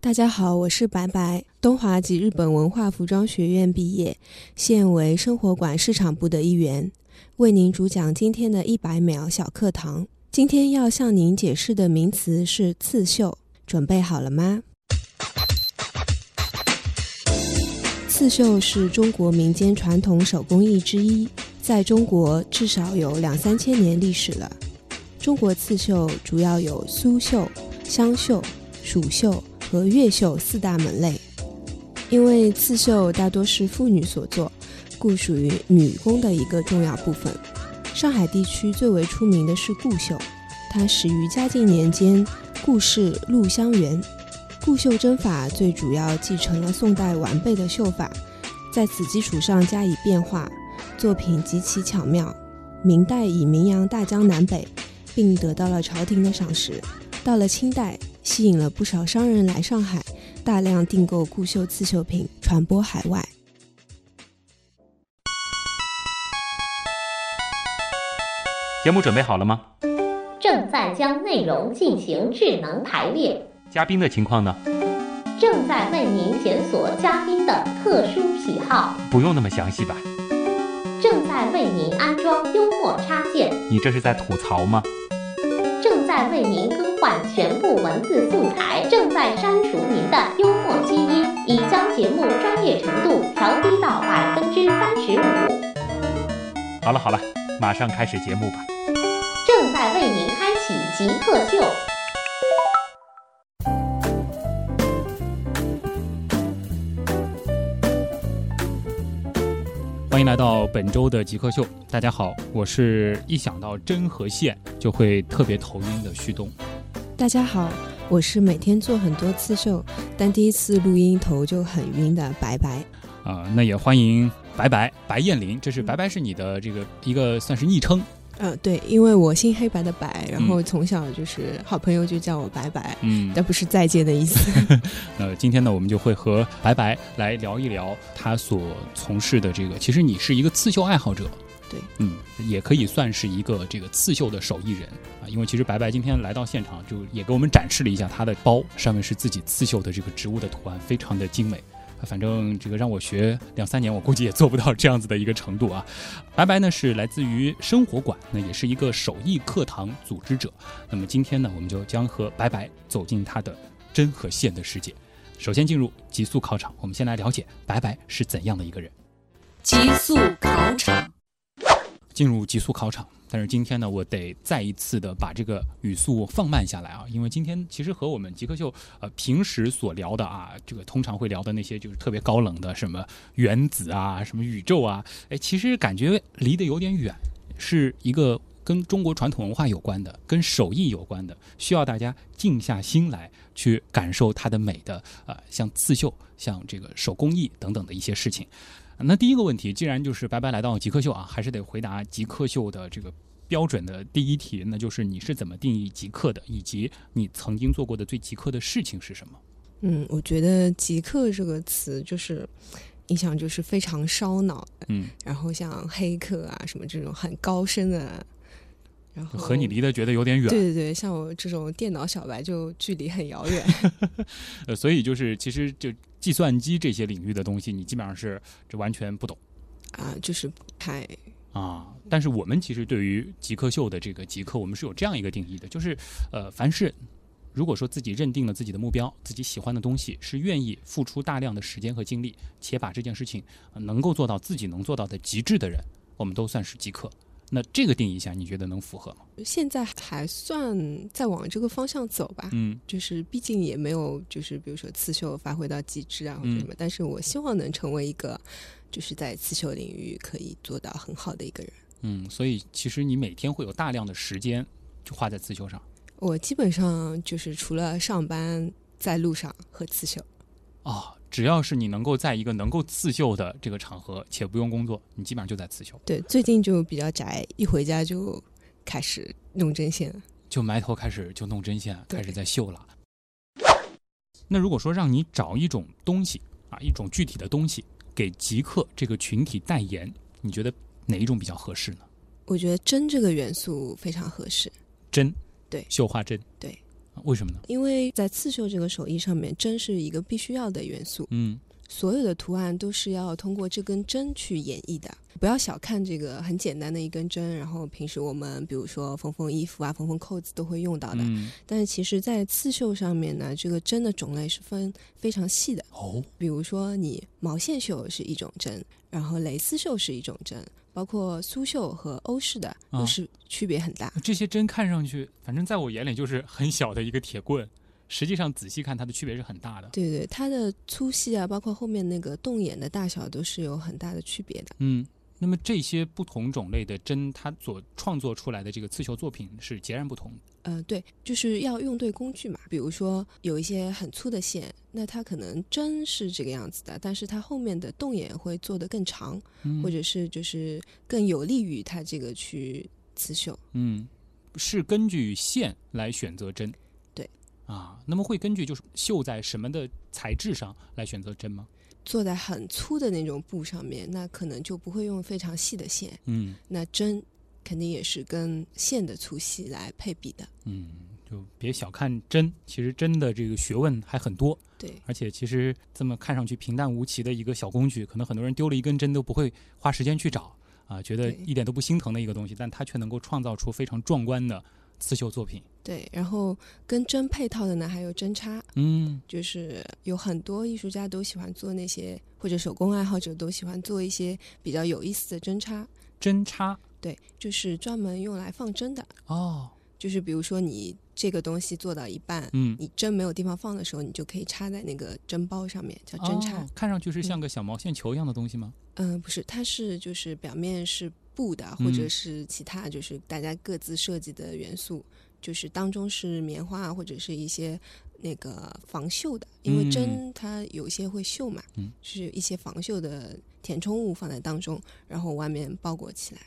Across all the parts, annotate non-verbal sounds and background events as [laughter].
大家好，我是白白，东华及日本文化服装学院毕业，现为生活馆市场部的一员，为您主讲今天的一百秒小课堂。今天要向您解释的名词是刺绣，准备好了吗？刺绣是中国民间传统手工艺之一，在中国至少有两三千年历史了。中国刺绣主要有苏绣、湘绣、蜀绣和越绣四大门类。因为刺绣大多是妇女所做，故属于女工的一个重要部分。上海地区最为出名的是顾绣，它始于嘉靖年间顾氏陆湘园。顾绣针法最主要继承了宋代完备的绣法，在此基础上加以变化，作品极其巧妙。明代以名扬大江南北，并得到了朝廷的赏识。到了清代，吸引了不少商人来上海，大量订购顾绣刺绣品，传播海外。节目准备好了吗？正在将内容进行智能排列，嘉宾的情况呢？正在为您检索嘉宾的特殊喜好，不用那么详细吧？正在为您安装幽默插件，你这是在吐槽吗？正在为您更换全部文字素材，正在删除您的幽默基因，已将节目专业程度调低到百分之三十五。好了好了，马上开始节目吧。正在为您开启极客秀，欢迎来到本周的极客秀，大家好，我是一想到针和线就会特别头晕的旭东。大家好，我是每天做很多刺绣，但第一次录音头就很晕的白白。啊、那也欢迎白白白艳玲，这是白白是你的这个一个算是昵称，呃，对，因为我姓黑白的白，然后从小就是好朋友就叫我白白，嗯，但不是再见的意思。那呃今天呢，我们就会和白白来聊一聊他所从事的这个，其实你是一个刺绣爱好者，对，嗯，也可以算是一个这个刺绣的手艺人啊，因为其实白白今天来到现场，就也给我们展示了一下他的包，上面是自己刺绣的这个植物的图案，非常的精美。啊反正这个让我学两三年，我估计也做不到这样子的一个程度啊。白白呢是来自于生活馆，那也是一个手艺课堂组织者。那么今天呢，我们就将和白白走进他的针和线的世界。首先进入极速考场，我们先来了解白白是怎样的一个人。极速考场，进入极速考场。但是今天呢，我得再一次的把这个语速放慢下来啊，因为今天其实和我们极客秀呃平时所聊的啊，这个通常会聊的那些就是特别高冷的什么原子啊、什么宇宙啊，哎，其实感觉离得有点远，是一个跟中国传统文化有关的、跟手艺有关的，需要大家静下心来去感受它的美的啊、呃像刺绣、像这个手工艺等等的一些事情。那第一个问题，既然就是白白来到极客秀啊，还是得回答极客秀的这个标准的第一题，那就是你是怎么定义极客的，以及你曾经做过的最极客的事情是什么？嗯，我觉得“极客”这个词就是， [laughs] 你想就是非常烧脑，嗯，然后像黑客啊什么这种很高深的，然后和你离得觉得有点远，哦对对对，像我这种电脑小白就距离很遥远。呃，所以就是其实就计算机这些领域的东西，你基本上是这完全不懂啊，就是太啊。但是我们其实对于极客秀的这个极客，我们是有这样一个定义的，就是呃，凡是如果说自己认定了自己的目标，自己喜欢的东西，是愿意付出大量的时间和精力，且把这件事情呃能够做到自己能做到的极致的人，我们都算是极客。那这个定义下，你觉得能符合吗？现在还算在往这个方向走吧，嗯就是毕竟也没有就是比如说刺绣发挥到极致啊或者嗯什么，但是我希望能成为一个就是在刺绣领域可以做到很好的一个人。嗯，所以其实你每天会有大量的时间就花在刺绣上。我基本上就是除了上班，在路上和刺绣，啊、只要是你能够在一个能够刺绣的这个场合，且不用工作，你基本上就在刺绣，对，最近就比较宅，一回家就开始弄针线了。就埋头开始就弄针线，对开始在绣了。那如果说让你找一种东西啊，一种具体的东西给极客这个群体代言，你觉得哪一种比较合适呢？我觉得针这个元素非常合适，针，对绣花针，啊对，为什么呢？因为在刺绣这个手艺上面，针是一个必须要的元素，嗯所有的图案都是要通过这根针去演绎的。不要小看这个很简单的一根针，然后平时我们比如说缝缝衣服啊、缝缝扣子都会用到的。嗯，但是其实，在刺绣上面呢，这个针的种类是分非常细的。哦，比如说，你毛线绣是一种针，然后蕾丝绣是一种针，包括苏绣和欧式的啊都是区别很大。这些针看上去，反正在我眼里就是很小的一个铁棍，实际上仔细看它的区别是很大的。对对，它的粗细啊，包括后面那个洞眼的大小，都是有很大的区别的。嗯，那么这些不同种类的针，它所创作出来的这个刺绣作品是截然不同的。呃，对，就是要用对工具嘛。比如说有一些很粗的线，那它可能针是这个样子的，但是它后面的洞眼会做得更长，嗯或者是就是更有利于它这个去刺绣。嗯，是根据线来选择针。对。啊，那么会根据就是绣在什么的材质上来选择针吗？做在很粗的那种布上面，那可能就不会用非常细的线，嗯那针肯定也是跟线的粗细来配比的。嗯，就别小看针，其实针的这个学问还很多。对，而且其实这么看上去平淡无奇的一个小工具，可能很多人丢了一根针都不会花时间去找啊，觉得对一点都不心疼的一个东西，但它却能够创造出非常壮观的刺绣作品。对，然后跟针配套的呢，还有针插，嗯就是有很多艺术家都喜欢做那些，或者手工爱好者都喜欢做一些比较有意思的针插，针插对，就是专门用来放针的，哦，就是比如说你这个东西做到一半。嗯，你针没有地方放的时候，你就可以插在那个针包上面，叫针插。哦看上去是像个小毛线球一样的东西吗？嗯、不是，它是就是表面是布的，或嗯者是其他就是大家各自设计的元素，就是当中是棉花啊，或者是一些那个防锈的，因为嗯针它有些会锈嘛，嗯是一些防锈的填充物放在当中，然后外面包裹起来。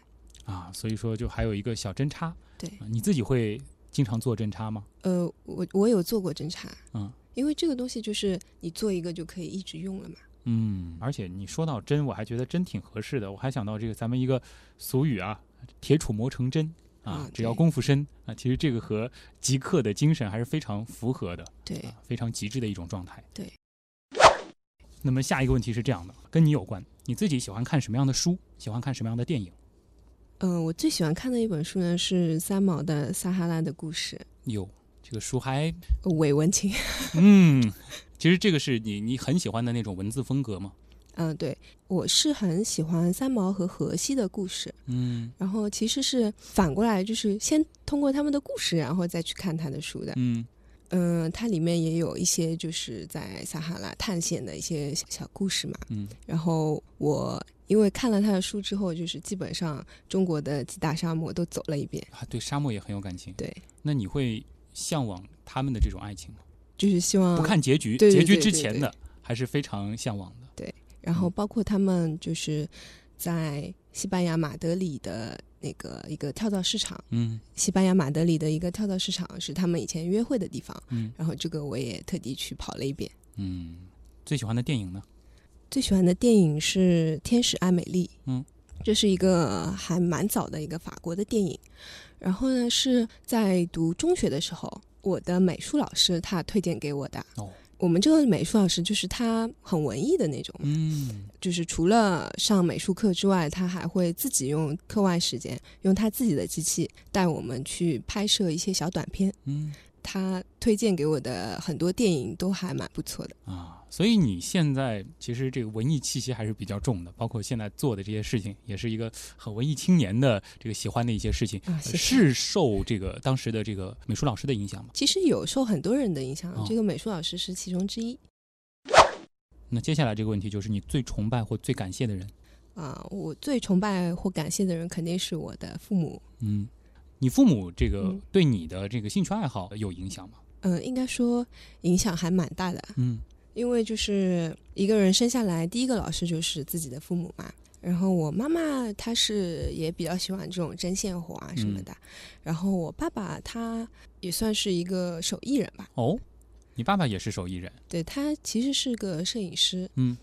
啊，所以说就还有一个小针插。对啊你自己会经常做针插吗？呃，我我有做过针插，嗯，因为这个东西就是你做一个就可以一直用了嘛。嗯，而且你说到针，我还觉得针挺合适的，我还想到这个咱们一个俗语啊，“铁杵磨成针”啊啊，只要对功夫深啊，其实这个和极客的精神还是非常符合的，对，啊，非常极致的一种状态。对。那么下一个问题是这样的，跟你有关，你自己喜欢看什么样的书，喜欢看什么样的电影？嗯、我最喜欢看的一本书呢是三毛的《撒哈拉的故事有这个书还，》，伪文青。嗯，其实这个是你你很喜欢的那种文字风格吗？嗯，对，我是很喜欢三毛和荷西的故事，嗯然后其实是反过来，就是先通过他们的故事，然后再去看他的书的。嗯嗯、它里面也有一些就是在撒哈拉探险的一些小小故事嘛。嗯，然后我因为看了他的书之后，就是基本上中国的几大沙漠都走了一遍，啊，对沙漠也很有感情。对，那你会向往他们的这种爱情吗？就是希望不。看结局，嗯对对结局对之对前对的还是非常向往的。然嗯后包括他们就是在西班牙马德里的那个一个跳蚤市场。嗯西班牙马德里的一个跳蚤市场是他们以前约会的地方，嗯然后这个我也特地去跑了一遍。嗯，最喜欢的电影呢？最喜欢的电影是《天使爱美丽》，嗯，这是一个还蛮早的一个法国的电影。然后呢，是在读中学的时候，我的美术老师他推荐给我的。哦，我们这个美术老师就是他很文艺的那种，嗯就是除了上美术课之外，他还会自己用课外时间，用他自己的机器带我们去拍摄一些小短片。嗯他推荐给我的很多电影都还蛮不错的。啊，所以你现在其实这个文艺气息还是比较重的，包括现在做的这些事情，也是一个很文艺青年的这个喜欢的一些事情，呃啊谢谢是受这个当时的这个美术老师的影响吗？其实有受很多人的影响，哦这个美术老师是其中之一那接下来这个问题就是你最崇拜或最感谢的人？啊、我最崇拜或感谢的人肯定是我的父母。嗯，你父母这个嗯对你的这个兴趣爱好有影响吗？嗯、应该说影响还蛮大的，嗯因为就是一个人生下来，第一个老师就是自己的父母嘛。然后我妈妈她是也比较喜欢这种针线活啊什么嗯的，然后我爸爸他也算是一个手艺人吧，哦，你爸爸也是手艺人。对他其实是个摄影师，嗯，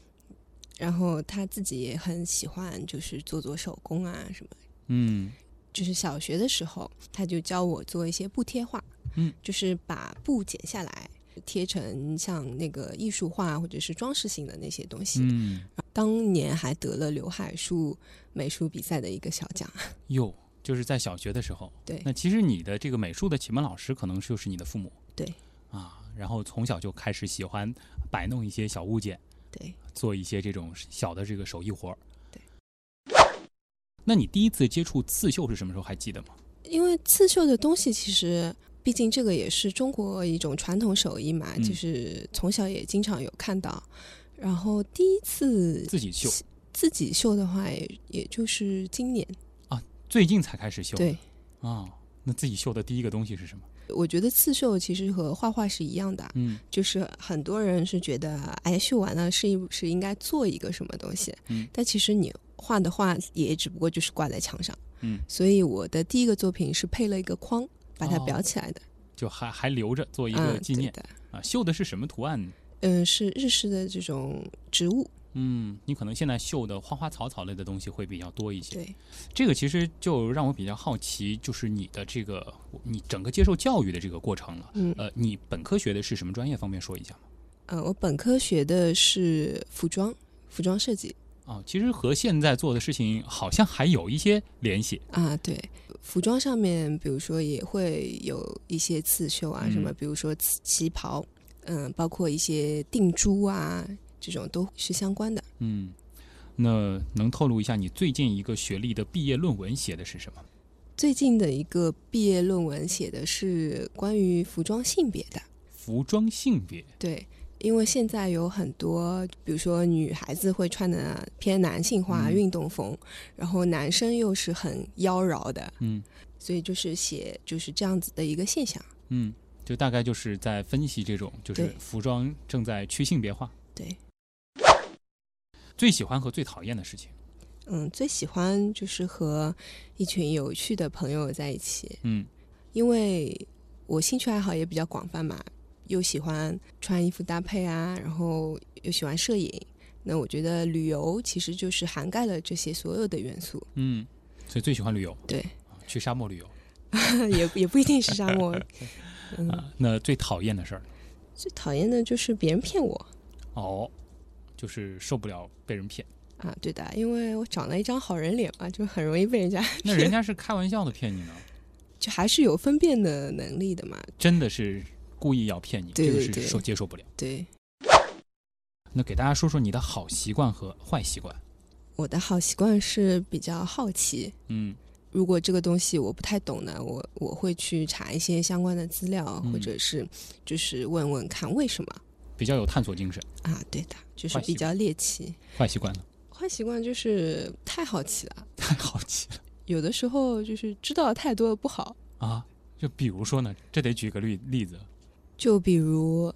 然后他自己也很喜欢，就是做做手工啊什么。嗯就是小学的时候，他就教我做一些布贴画，嗯，就是把布剪下来，贴成像那个艺术画或者是装饰性的那些东西。嗯，当年还得了刘海树美术比赛的一个小奖。哟，就是在小学的时候。对那其实你的这个美术的启蒙老师可能就是你的父母。对。啊，然后从小就开始喜欢摆弄一些小物件，对，做一些这种小的这个手艺活儿。对。那你第一次接触刺绣是什么时候？还记得吗？因为刺绣的东西其实。毕竟这个也是中国一种传统手艺嘛，嗯就是从小也经常有看到。然后第一次自己绣，自己绣的话也，也就是今年。最近才开始绣。对，啊、那自己绣的第一个东西是什么？我觉得刺绣其实和画画是一样的，嗯就是很多人是觉得，哎，绣完了是一是应该做一个什么东西，嗯但其实你画的画也只不过就是挂在墙上，嗯，所以我的第一个作品是配了一个框，把它哦裱起来的，就还还留着做一嗯，个纪念、对的，啊。绣的是什么图案？嗯、是日式的这种植物，嗯，你可能现在绣的花花草草类的东西会比较多一些。对，这个其实就让我比较好奇，就是你的这个你整个接受教育的这个过程了。嗯呃，你本科学的是什么专业？方便说一下吗？嗯、我本科学的是服装，服装设计哦，其实和现在做的事情好像还有一些联系。啊，对，服装上面，比如说也会有一些刺绣啊，嗯什么，比如说旗旗袍，嗯，包括一些定珠啊，这种都是相关的。嗯，那能透露一下你最近一个学历的毕业论文写的是什么？最近的一个毕业论文写的是关于服装性别的，服装性别。对，因为现在有很多，比如说女孩子会穿的偏男性化、嗯运动风，然后男生又是很妖娆的，嗯所以就是写就是这样子的一个现象。嗯，就大概就是在分析这种，就是对服装正在趋性别化。对，最喜欢和最讨厌的事情。嗯，最喜欢就是和一群有趣的朋友在一起，嗯因为我兴趣爱好也比较广泛嘛，又喜欢穿衣服搭配啊，然后又喜欢摄影。那我觉得旅游其实就是涵盖了这些所有的元素， [laughs] 嗯，所以最喜欢旅游，对，啊去沙漠旅游。也也不一定是沙漠。嗯，啊，那最讨厌的事儿最讨厌的就是别人骗我哦，就是受不了被人骗。啊，对的，因为我长了一张好人脸嘛，就很容易被人家， [laughs] 那人家是开玩笑的骗你呢，就还是有分辨的能力的嘛，真的是故意要骗你，对这个对是受接受不了。对。那给大家说说你的好习惯和坏习惯。我的好习惯是比较好奇，嗯如果这个东西我不太懂呢，我我会去查一些相关的资料，嗯或者是就是问问看为什么比较有探索精神。啊？对的，就是坏习比较猎奇。坏习惯呢？ [laughs] 坏习惯就是太好奇了，太好奇了有的时候就是知道太多不好。啊！就比如说呢，这得举个例例子。就比如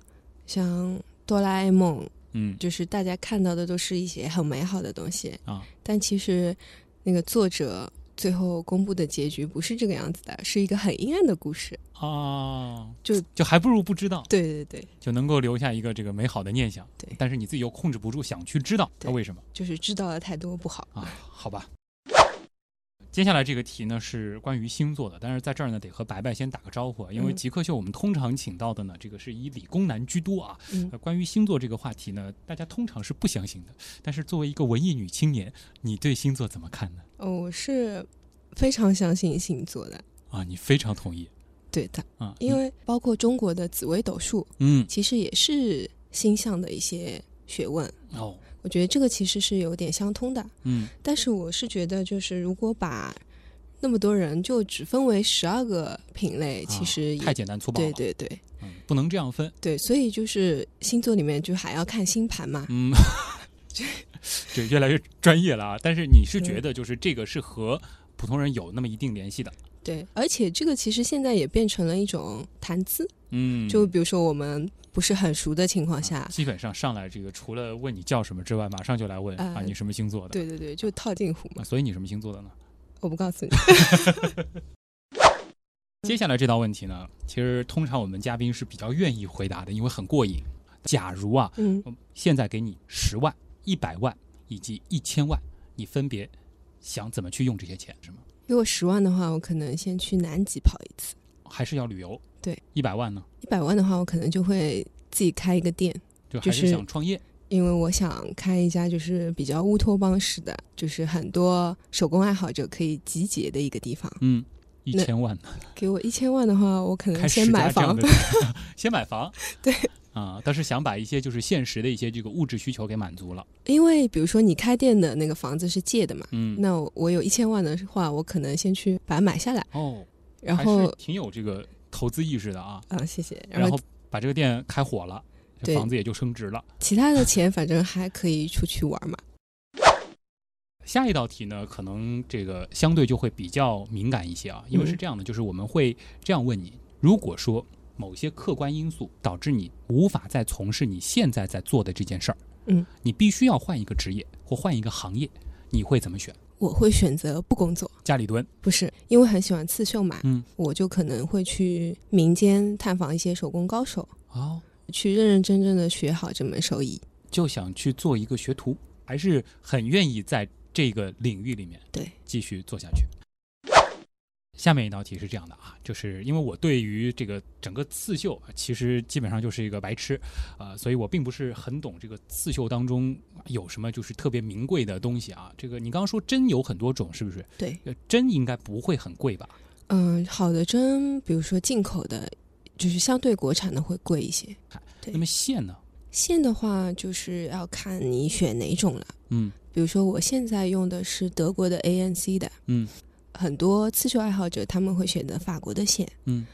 像哆啦 A 梦，嗯就是大家看到的都是一些很美好的东西，啊，但其实那个作者最后公布的结局不是这个样子的，是一个很阴暗的故事。哦，就就还不如不知道，对对对。就能够留下一个这个美好的念想。对但是你自己又控制不住想去知道它对为什么就是知道的太多不好。 [laughs] 啊？好吧。接下来这个题呢是关于星座的，但是在这儿呢得和白白先打个招呼啊，因为嗯极客秀我们通常请到的呢，这个是以理工男居多啊。嗯呃，关于星座这个话题呢，大家通常是不相信的，但是作为一个文艺女青年，你对星座怎么看呢？哦，我是非常相信星座的，啊，你非常同意对的，啊，因为包括中国的紫微斗数，嗯其实也是星象的一些学问。嗯哦我觉得这个其实是有点相通的，嗯但是我是觉得，就是如果把那么多人就只分为十二个品类，其啊实也、太简单粗暴了，对对对嗯，不能这样分，对，所以就是星座里面就还要看星盘嘛，嗯，这越来越专业了啊。但是你是觉得就是这个是和普通人有那么一定联系的，对，而且这个其实现在也变成了一种谈资，嗯，就比如说我们不是很熟的情况啊下，基本上上来这个除了问你叫什么之外，马上就来问呃啊你什么星座的，对对对，就套近乎嘛啊，。所以你什么星座的呢？我不告诉你。 [laughs] 嗯接下来这道问题呢，其实通常我们嘉宾是比较愿意回答的，因为很过瘾。假如啊，嗯，现在给你十万、一百万以及一千万，你分别想怎么去用这些钱，是吗？给我十万的话，我可能先去南极跑一次。还是要旅游？对，一百万呢，一百万的话，我可能就会自己开一个店，就还就是想创业。因为我想开一家就是比较乌托邦式的，就是很多手工爱好者可以集结的一个地方。嗯，一那千万呢，给我一千万的话，我可开能始先买房。 [laughs] 的，先买房。对啊，倒是想把一些就是现实的一些这个物质需求给满足了。因为比如说你开店的那个房子是借的嘛，嗯，那我我有一千万的话，我可能先去把它买下来，哦，然还后是挺有这个投资意识的啊。啊，谢谢，然然后后把这个店开火了，这对房子也就升值了。其他的钱反正还可以出去玩嘛。 [laughs] 下一道题呢，可能这个相对就会比较敏感一些啊，因为是嗯这样的，就是我们会这样问你：如果说某些客观因素导致你无法再从事你现在在做的这件事儿，嗯，你必须要换一个职业或换一个行业，你会怎么选？我会选择不工作，家里蹲，不是因为很喜欢刺绣嘛，嗯，我就可能会去民间探访一些手工高手，哦，去认认真真的学好这门手艺。就想去做一个学徒，还是很愿意在这个领域里面对，继续做下去。下面一道题是这样的啊，就是因为我对于这个整个刺绣啊其实基本上就是一个白痴，呃，所以我并不是很懂这个刺绣当中有什么就是特别名贵的东西啊。这个你刚刚说针有很多种，是不是？对，呃针应该不会很贵吧？嗯、好的针，比如说进口的，就是相对国产的会贵一些。对那么线呢？线的话，就是要看你选哪种了。嗯比如说我现在用的是德国的 ANC 的，嗯很多刺绣爱好者他们会选择法国的线。嗯，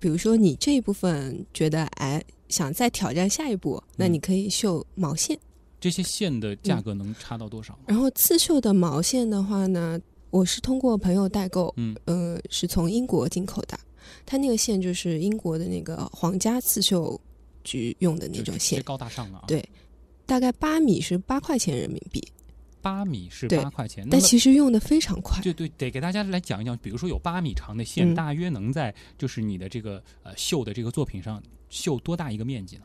比如说你这一部分觉得哎想再挑战下一步，嗯那你可以绣毛线。这些线的价格嗯能差到多少吗？然后刺绣的毛线的话呢，我是通过朋友代购，嗯呃，是从英国进口的，它那个线就是英国的那个皇家刺绣局用的那就种直接线，高大上了啊。对大概八米是八块钱人民币，八米是对八块钱，那但么其实用的非常快。对对，得给大家来讲一讲，比如说有八米长的线，嗯大约能在就是你的这个呃绣的这个作品上绣多大一个面积呢？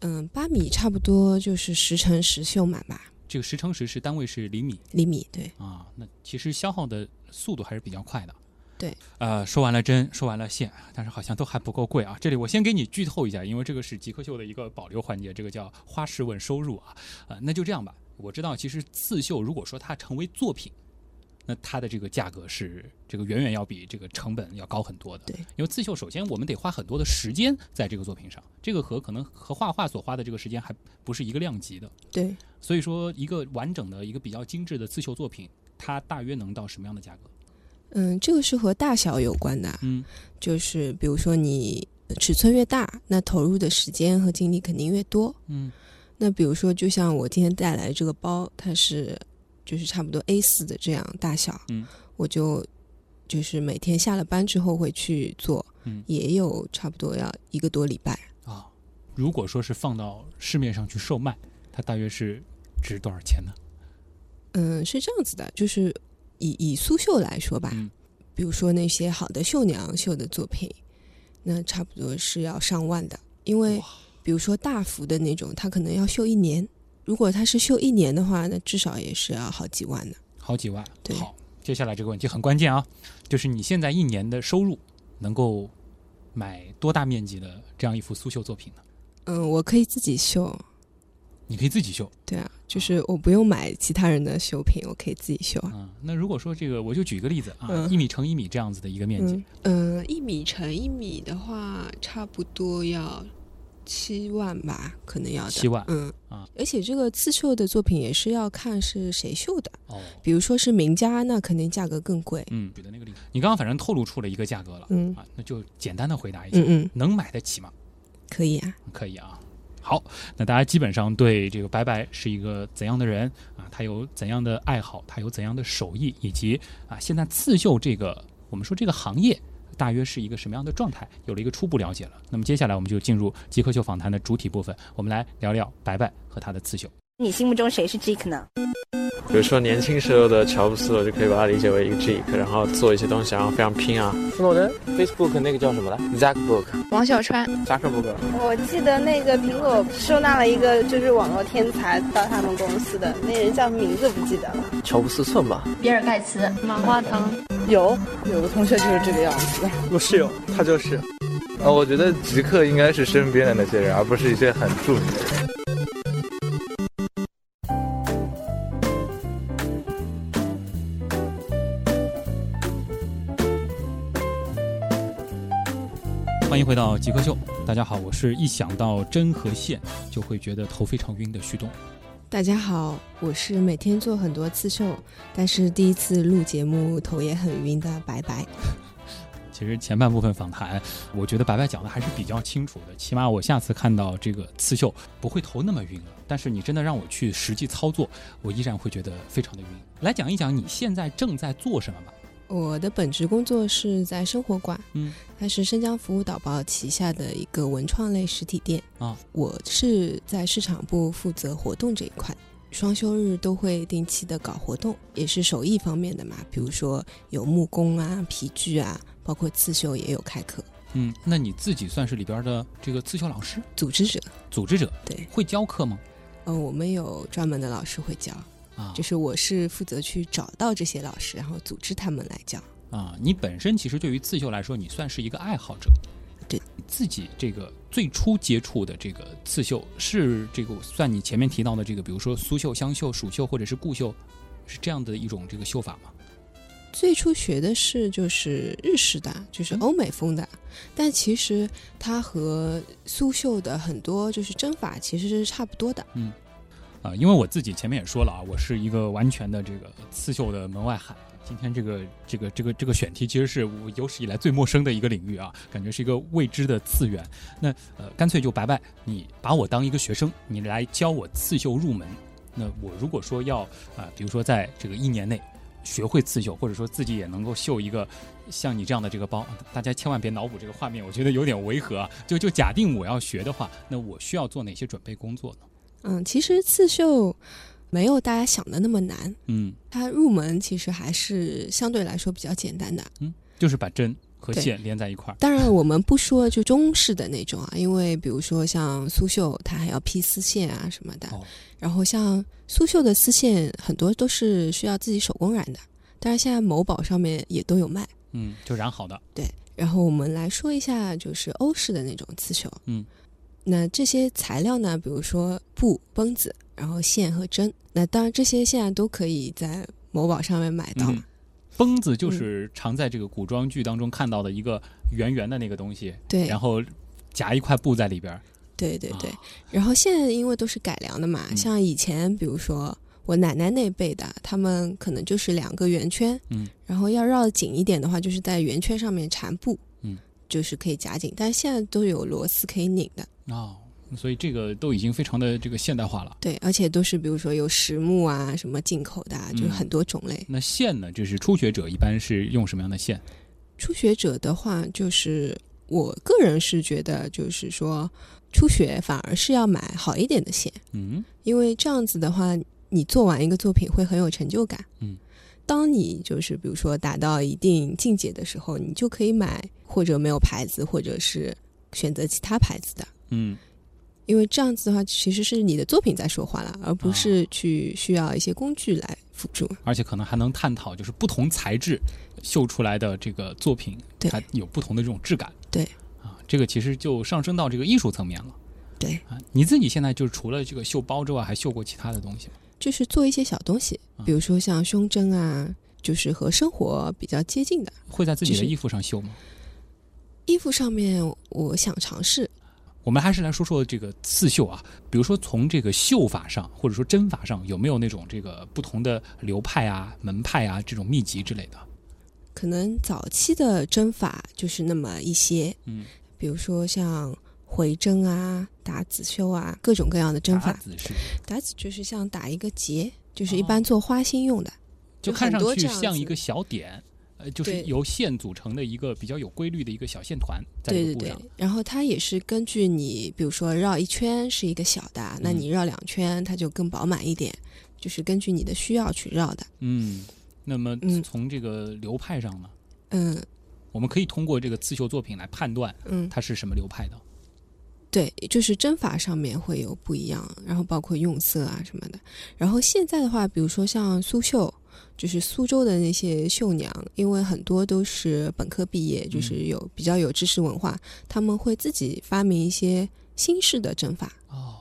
嗯，八米差不多就是十乘十绣满吧，这个十乘十是单位是厘米厘米对。啊，那其实消耗的速度还是比较快的。对，呃，说完了针，说完了线，但是好像都还不够贵啊。这里我先给你剧透一下，因为这个是极客秀的一个保留环节，这个叫花式问收入啊。呃，那就这样吧。我知道，其实刺绣如果说它成为作品，那它的这个价格是这个远远要比这个成本要高很多的。对，因为刺绣首先我们得花很多的时间在这个作品上，这个和可能和画画所花的这个时间还不是一个量级的。对，所以说，一个完整的一个比较精致的刺绣作品，它大约能到什么样的价格？嗯，这个是和大小有关的啊，嗯，就是比如说你呃尺寸越大，那投入的时间和精力肯定越多。嗯，那比如说，就像我今天带来这个包，它是就是差不多 A 四的这样大小，嗯，我就就是每天下了班之后会去做，嗯也有差不多要一个多礼拜。啊、如果说是放到市面上去售卖，它大约是值多少钱呢？嗯，是这样子的，就是以以苏绣来说吧，嗯比如说那些好的绣娘绣的作品，那差不多是要上万的，因为哇比如说大幅的那种，它可能要绣一年。如果它是绣一年的话，那至少也是要好几万的。好几万。对好，接下来这个问题很关键啊，就是你现在一年的收入能够买多大面积的这样一幅苏绣作品呢？嗯，我可以自己绣，你可以自己绣，对啊，就是我不用买其他人的绣品，我可以自己绣啊。嗯，那如果说这个，我就举一个例子啊，嗯一、米乘一米这样子的一个面积，嗯嗯，一米乘一米的话，差不多要七万吧，可能要的7万嗯啊，而且这个刺绣的作品也是要看是谁绣的，哦，比如说是名家，那肯定价格更贵。嗯，举的那个例子，你刚刚反正透露出了一个价格了、嗯啊，那就简单的回答一下，嗯嗯，能买得起吗？可以啊。可以啊。好，那大家基本上对这个白白是一个怎样的人啊？他有怎样的爱好？他有怎样的手艺？以及啊，现在刺绣这个我们说这个行业大约是一个什么样的状态？有了一个初步了解了。那么接下来我们就进入极客秀访谈的主体部分，我们来聊聊白白和他的刺绣。你心目中谁是 Jake 呢？比如说年轻时候的乔布斯，我就可以把它理解为一个 geek，然后做一些东西，然后非常拼啊。诺登，Facebook 那个叫什么来？Zackbook，王小川，扎克伯格。我记得那个苹果收纳了一个就是网络天才到他们公司的那人叫什么名字不记得了。乔布斯算吧，比尔盖茨，马化腾，有有个同学就是这个样子的。我室友他就是。呃，我觉得极客应该是身边的那些人，而不是一些很著名的人。欢迎回到极客秀，大家好，我是一想到针和线就会觉得头非常晕的旭东。大家好，我是每天做很多刺绣，但是第一次录节目头也很晕的白白。其实前半部分访谈，我觉得白白讲的还是比较清楚的，起码我下次看到这个刺绣不会头那么晕了。但是你真的让我去实际操作，我依然会觉得非常的晕。来讲一讲你现在正在做什么吧。我的本职工作是在生活馆，嗯，它是深江服务导报旗下的一个文创类实体店啊。我是在市场部负责活动这一块，双休日都会定期的搞活动，也是手艺方面的嘛，比如说有木工啊、皮具啊，包括刺绣也有开课，嗯，那你自己算是里边的这个刺绣老师、组织者组织者，对，会教课吗？呃，我们有专门的老师会教，啊，就是我是负责去找到这些老师，然后组织他们来教。啊，你本身其实对于刺绣来说，你算是一个爱好者。对自己这个最初接触的这个刺绣，是这个算你前面提到的这个，比如说苏绣、湘绣、蜀绣或者是固绣，是这样的一种这个绣法吗？最初学的是就是日式的，就是欧美风的，但其实它和苏绣的很多就是针法其实是差不多的。啊、因为我自己前面也说了啊，我是一个完全的这个刺绣的门外汉。今天这个这个这个这个选题其实是我有史以来最陌生的一个领域啊，感觉是一个未知的次元。那呃，干脆就白白，你把我当一个学生，你来教我刺绣入门。那我如果说要啊、呃比如说在这个一年内学会刺绣，或者说自己也能够绣一个像你这样的这个包，大家千万别脑补这个画面，我觉得有点违和啊。就就假定我要学的话，那我需要做哪些准备工作呢？嗯，其实刺绣没有大家想的那么难，嗯，它入门其实还是相对来说比较简单的。就是把针和对线连在一块儿。当然，我们不说就中式的那种啊， [laughs] 因为比如说像苏绣，它还要披丝线啊什么的。哦然后像苏绣的丝线很多都是需要自己手工染的，当然现在某宝上面也都有卖。嗯，就染好的。然后我们来说一下，就是欧式的那种刺绣。嗯，那这些材料呢，比如说布、绷子，然后线和针。那当然这些现在都可以在某宝上面买到。嗯，绷子就是常在这个古装剧当中看到的一个圆圆的那个东西，对然后夹一块布在里边儿。对对对啊。然后现在因为都是改良的嘛，嗯像以前比如说。我奶奶那辈的，他们可能就是两个圆圈，嗯，然后要绕紧一点的话，就是在圆圈上面缠布，嗯，就是可以夹紧。但是现在都有螺丝可以拧的，哦，所以这个都已经非常的这个现代化了。对，而且都是比如说有实木啊，什么进口的、啊，就嗯很多种类。那线呢？就是初学者一般是用什么样的线？初学者的话，就是我个人是觉得，就是说初学反而是要买好一点的线，嗯，因为这样子的话，你做完一个作品会很有成就感。嗯，当你就是比如说达到一定境界的时候，你就可以买或者没有牌子，或者是选择其他牌子的。嗯，因为这样子的话，其实是你的作品在说话了，而不啊是去需要一些工具来辅助。而且可能还能探讨，就是不同材质绣出来的这个作品，对它有不同的这种质感。对啊，这个其实就上升到这个艺术层面了。对啊，你自己现在就是除了这个绣包之外，还绣过其他的东西吗？就是做一些小东西啊，比如说像胸针啊，就是和生活比较接近的会在自己就的是衣服上绣吗？衣服上面，我想尝试。我们还是来说说这个刺绣啊，比如说从这个绣法上，或者说针法上，有没有那种这个不同的流派啊、门派啊这种秘籍之类的？可能早期的针法就是那么一些，嗯，比如说像回针啊、打子绣啊，各种各样的针法法。子是，打子就是像打一个结，就是哦一般做花心用的。就就看上很多去这样像一子个小点，呃，就是对由线组成的一个比较有规律的一个小线团在对对这个布对上。，然后它也是根据你，比如说绕一圈是一个小的，那嗯你绕两圈它就更饱满一点，就是根据你的需要去绕的。嗯，那么嗯从这个流派上呢，嗯我们可以通过这个刺绣作品来判断嗯，它是什么流派的。对，就是针法上面会有不一样，然后包括用色啊什么的。然后现在的话，比如说像苏绣，就是苏州的那些绣娘，因为很多都是本科毕业，就是有比较有知识文化，他们会自己发明一些新式的针法，哦，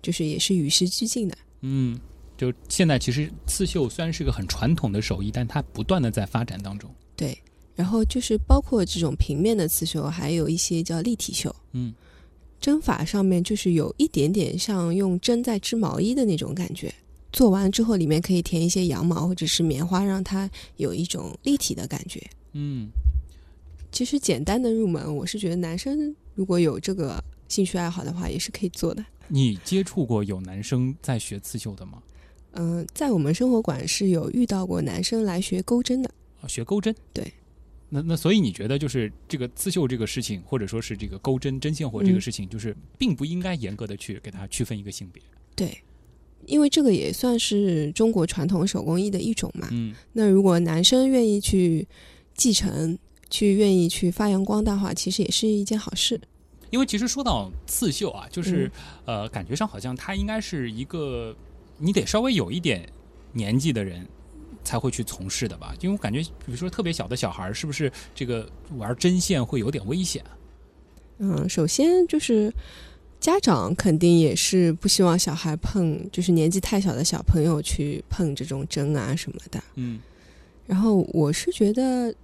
就是也是与时俱进的。嗯，就现在其实刺绣虽然是个很传统的手艺，但它不断的在发展当中。对，然后就是包括这种平面的刺绣，还有一些叫立体绣。嗯，针法上面就是有一点点像用针在织毛衣的那种感觉。做完之后，里面可以填一些羊毛或者是棉花，让它有一种立体的感觉。嗯，其实简单的入门，我是觉得男生如果有这个兴趣爱好的话，也是可以做的。你接触过有男生在学刺绣的吗？嗯、在我们生活馆是有遇到过男生来学钩针的。啊学钩针？对。那那所以你觉得就是这个刺绣这个事情，或者说是这个钩针针线活这个嗯事情，就是并不应该严格的去给它区分一个性别。对，因为这个也算是中国传统手工艺的一种嘛。嗯那如果男生愿意去继承，去愿意去发扬光大的话，其实也是一件好事。因为其实说到刺绣啊，就是、嗯呃，感觉上好像它应该是一个你得稍微有一点年纪的人才会去从事的吧？因为我感觉，比如说特别小的小孩，儿，是不是这个玩针线会有点危险啊？嗯，首先就是家长肯定也是不希望小孩碰，就是年纪太小的小朋友去碰这种针啊什么的。嗯然后我是觉得，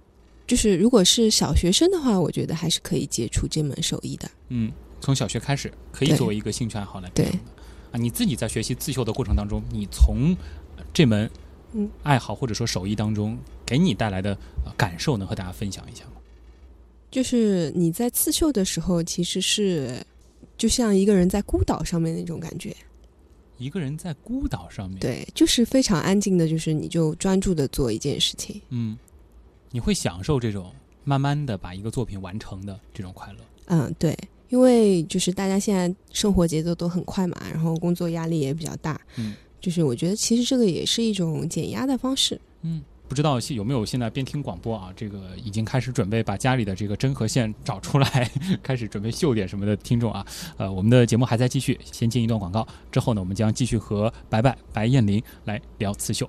就是如果是小学生的话，我觉得还是可以接触这门手艺的。嗯，从小学开始可以对作为一个兴趣爱好来培对养的啊。你自己在学习刺绣的过程当中，你从呃这门嗯爱好或者说手艺当中给你带来的呃感受，能和大家分享一下吗？就是你在刺绣的时候，其实是就像一个人在孤岛上面那种感觉。一个人在孤岛上面，对，就是非常安静的，就是你就专注的做一件事情。嗯，你会享受这种慢慢的把一个作品完成的这种快乐。嗯，对，因为就是大家现在生活节奏都很快嘛，然后工作压力也比较大，嗯，就是我觉得其实这个也是一种减压的方式。嗯，不知道有没有现在边听广播啊，这个已经开始准备把家里的这个针和线找出来， [laughs] 开始准备绣点什么的听众啊。呃，我们的节目还在继续，先进一段广告，之后呢，我们将继续和白白白燕玲来聊刺绣。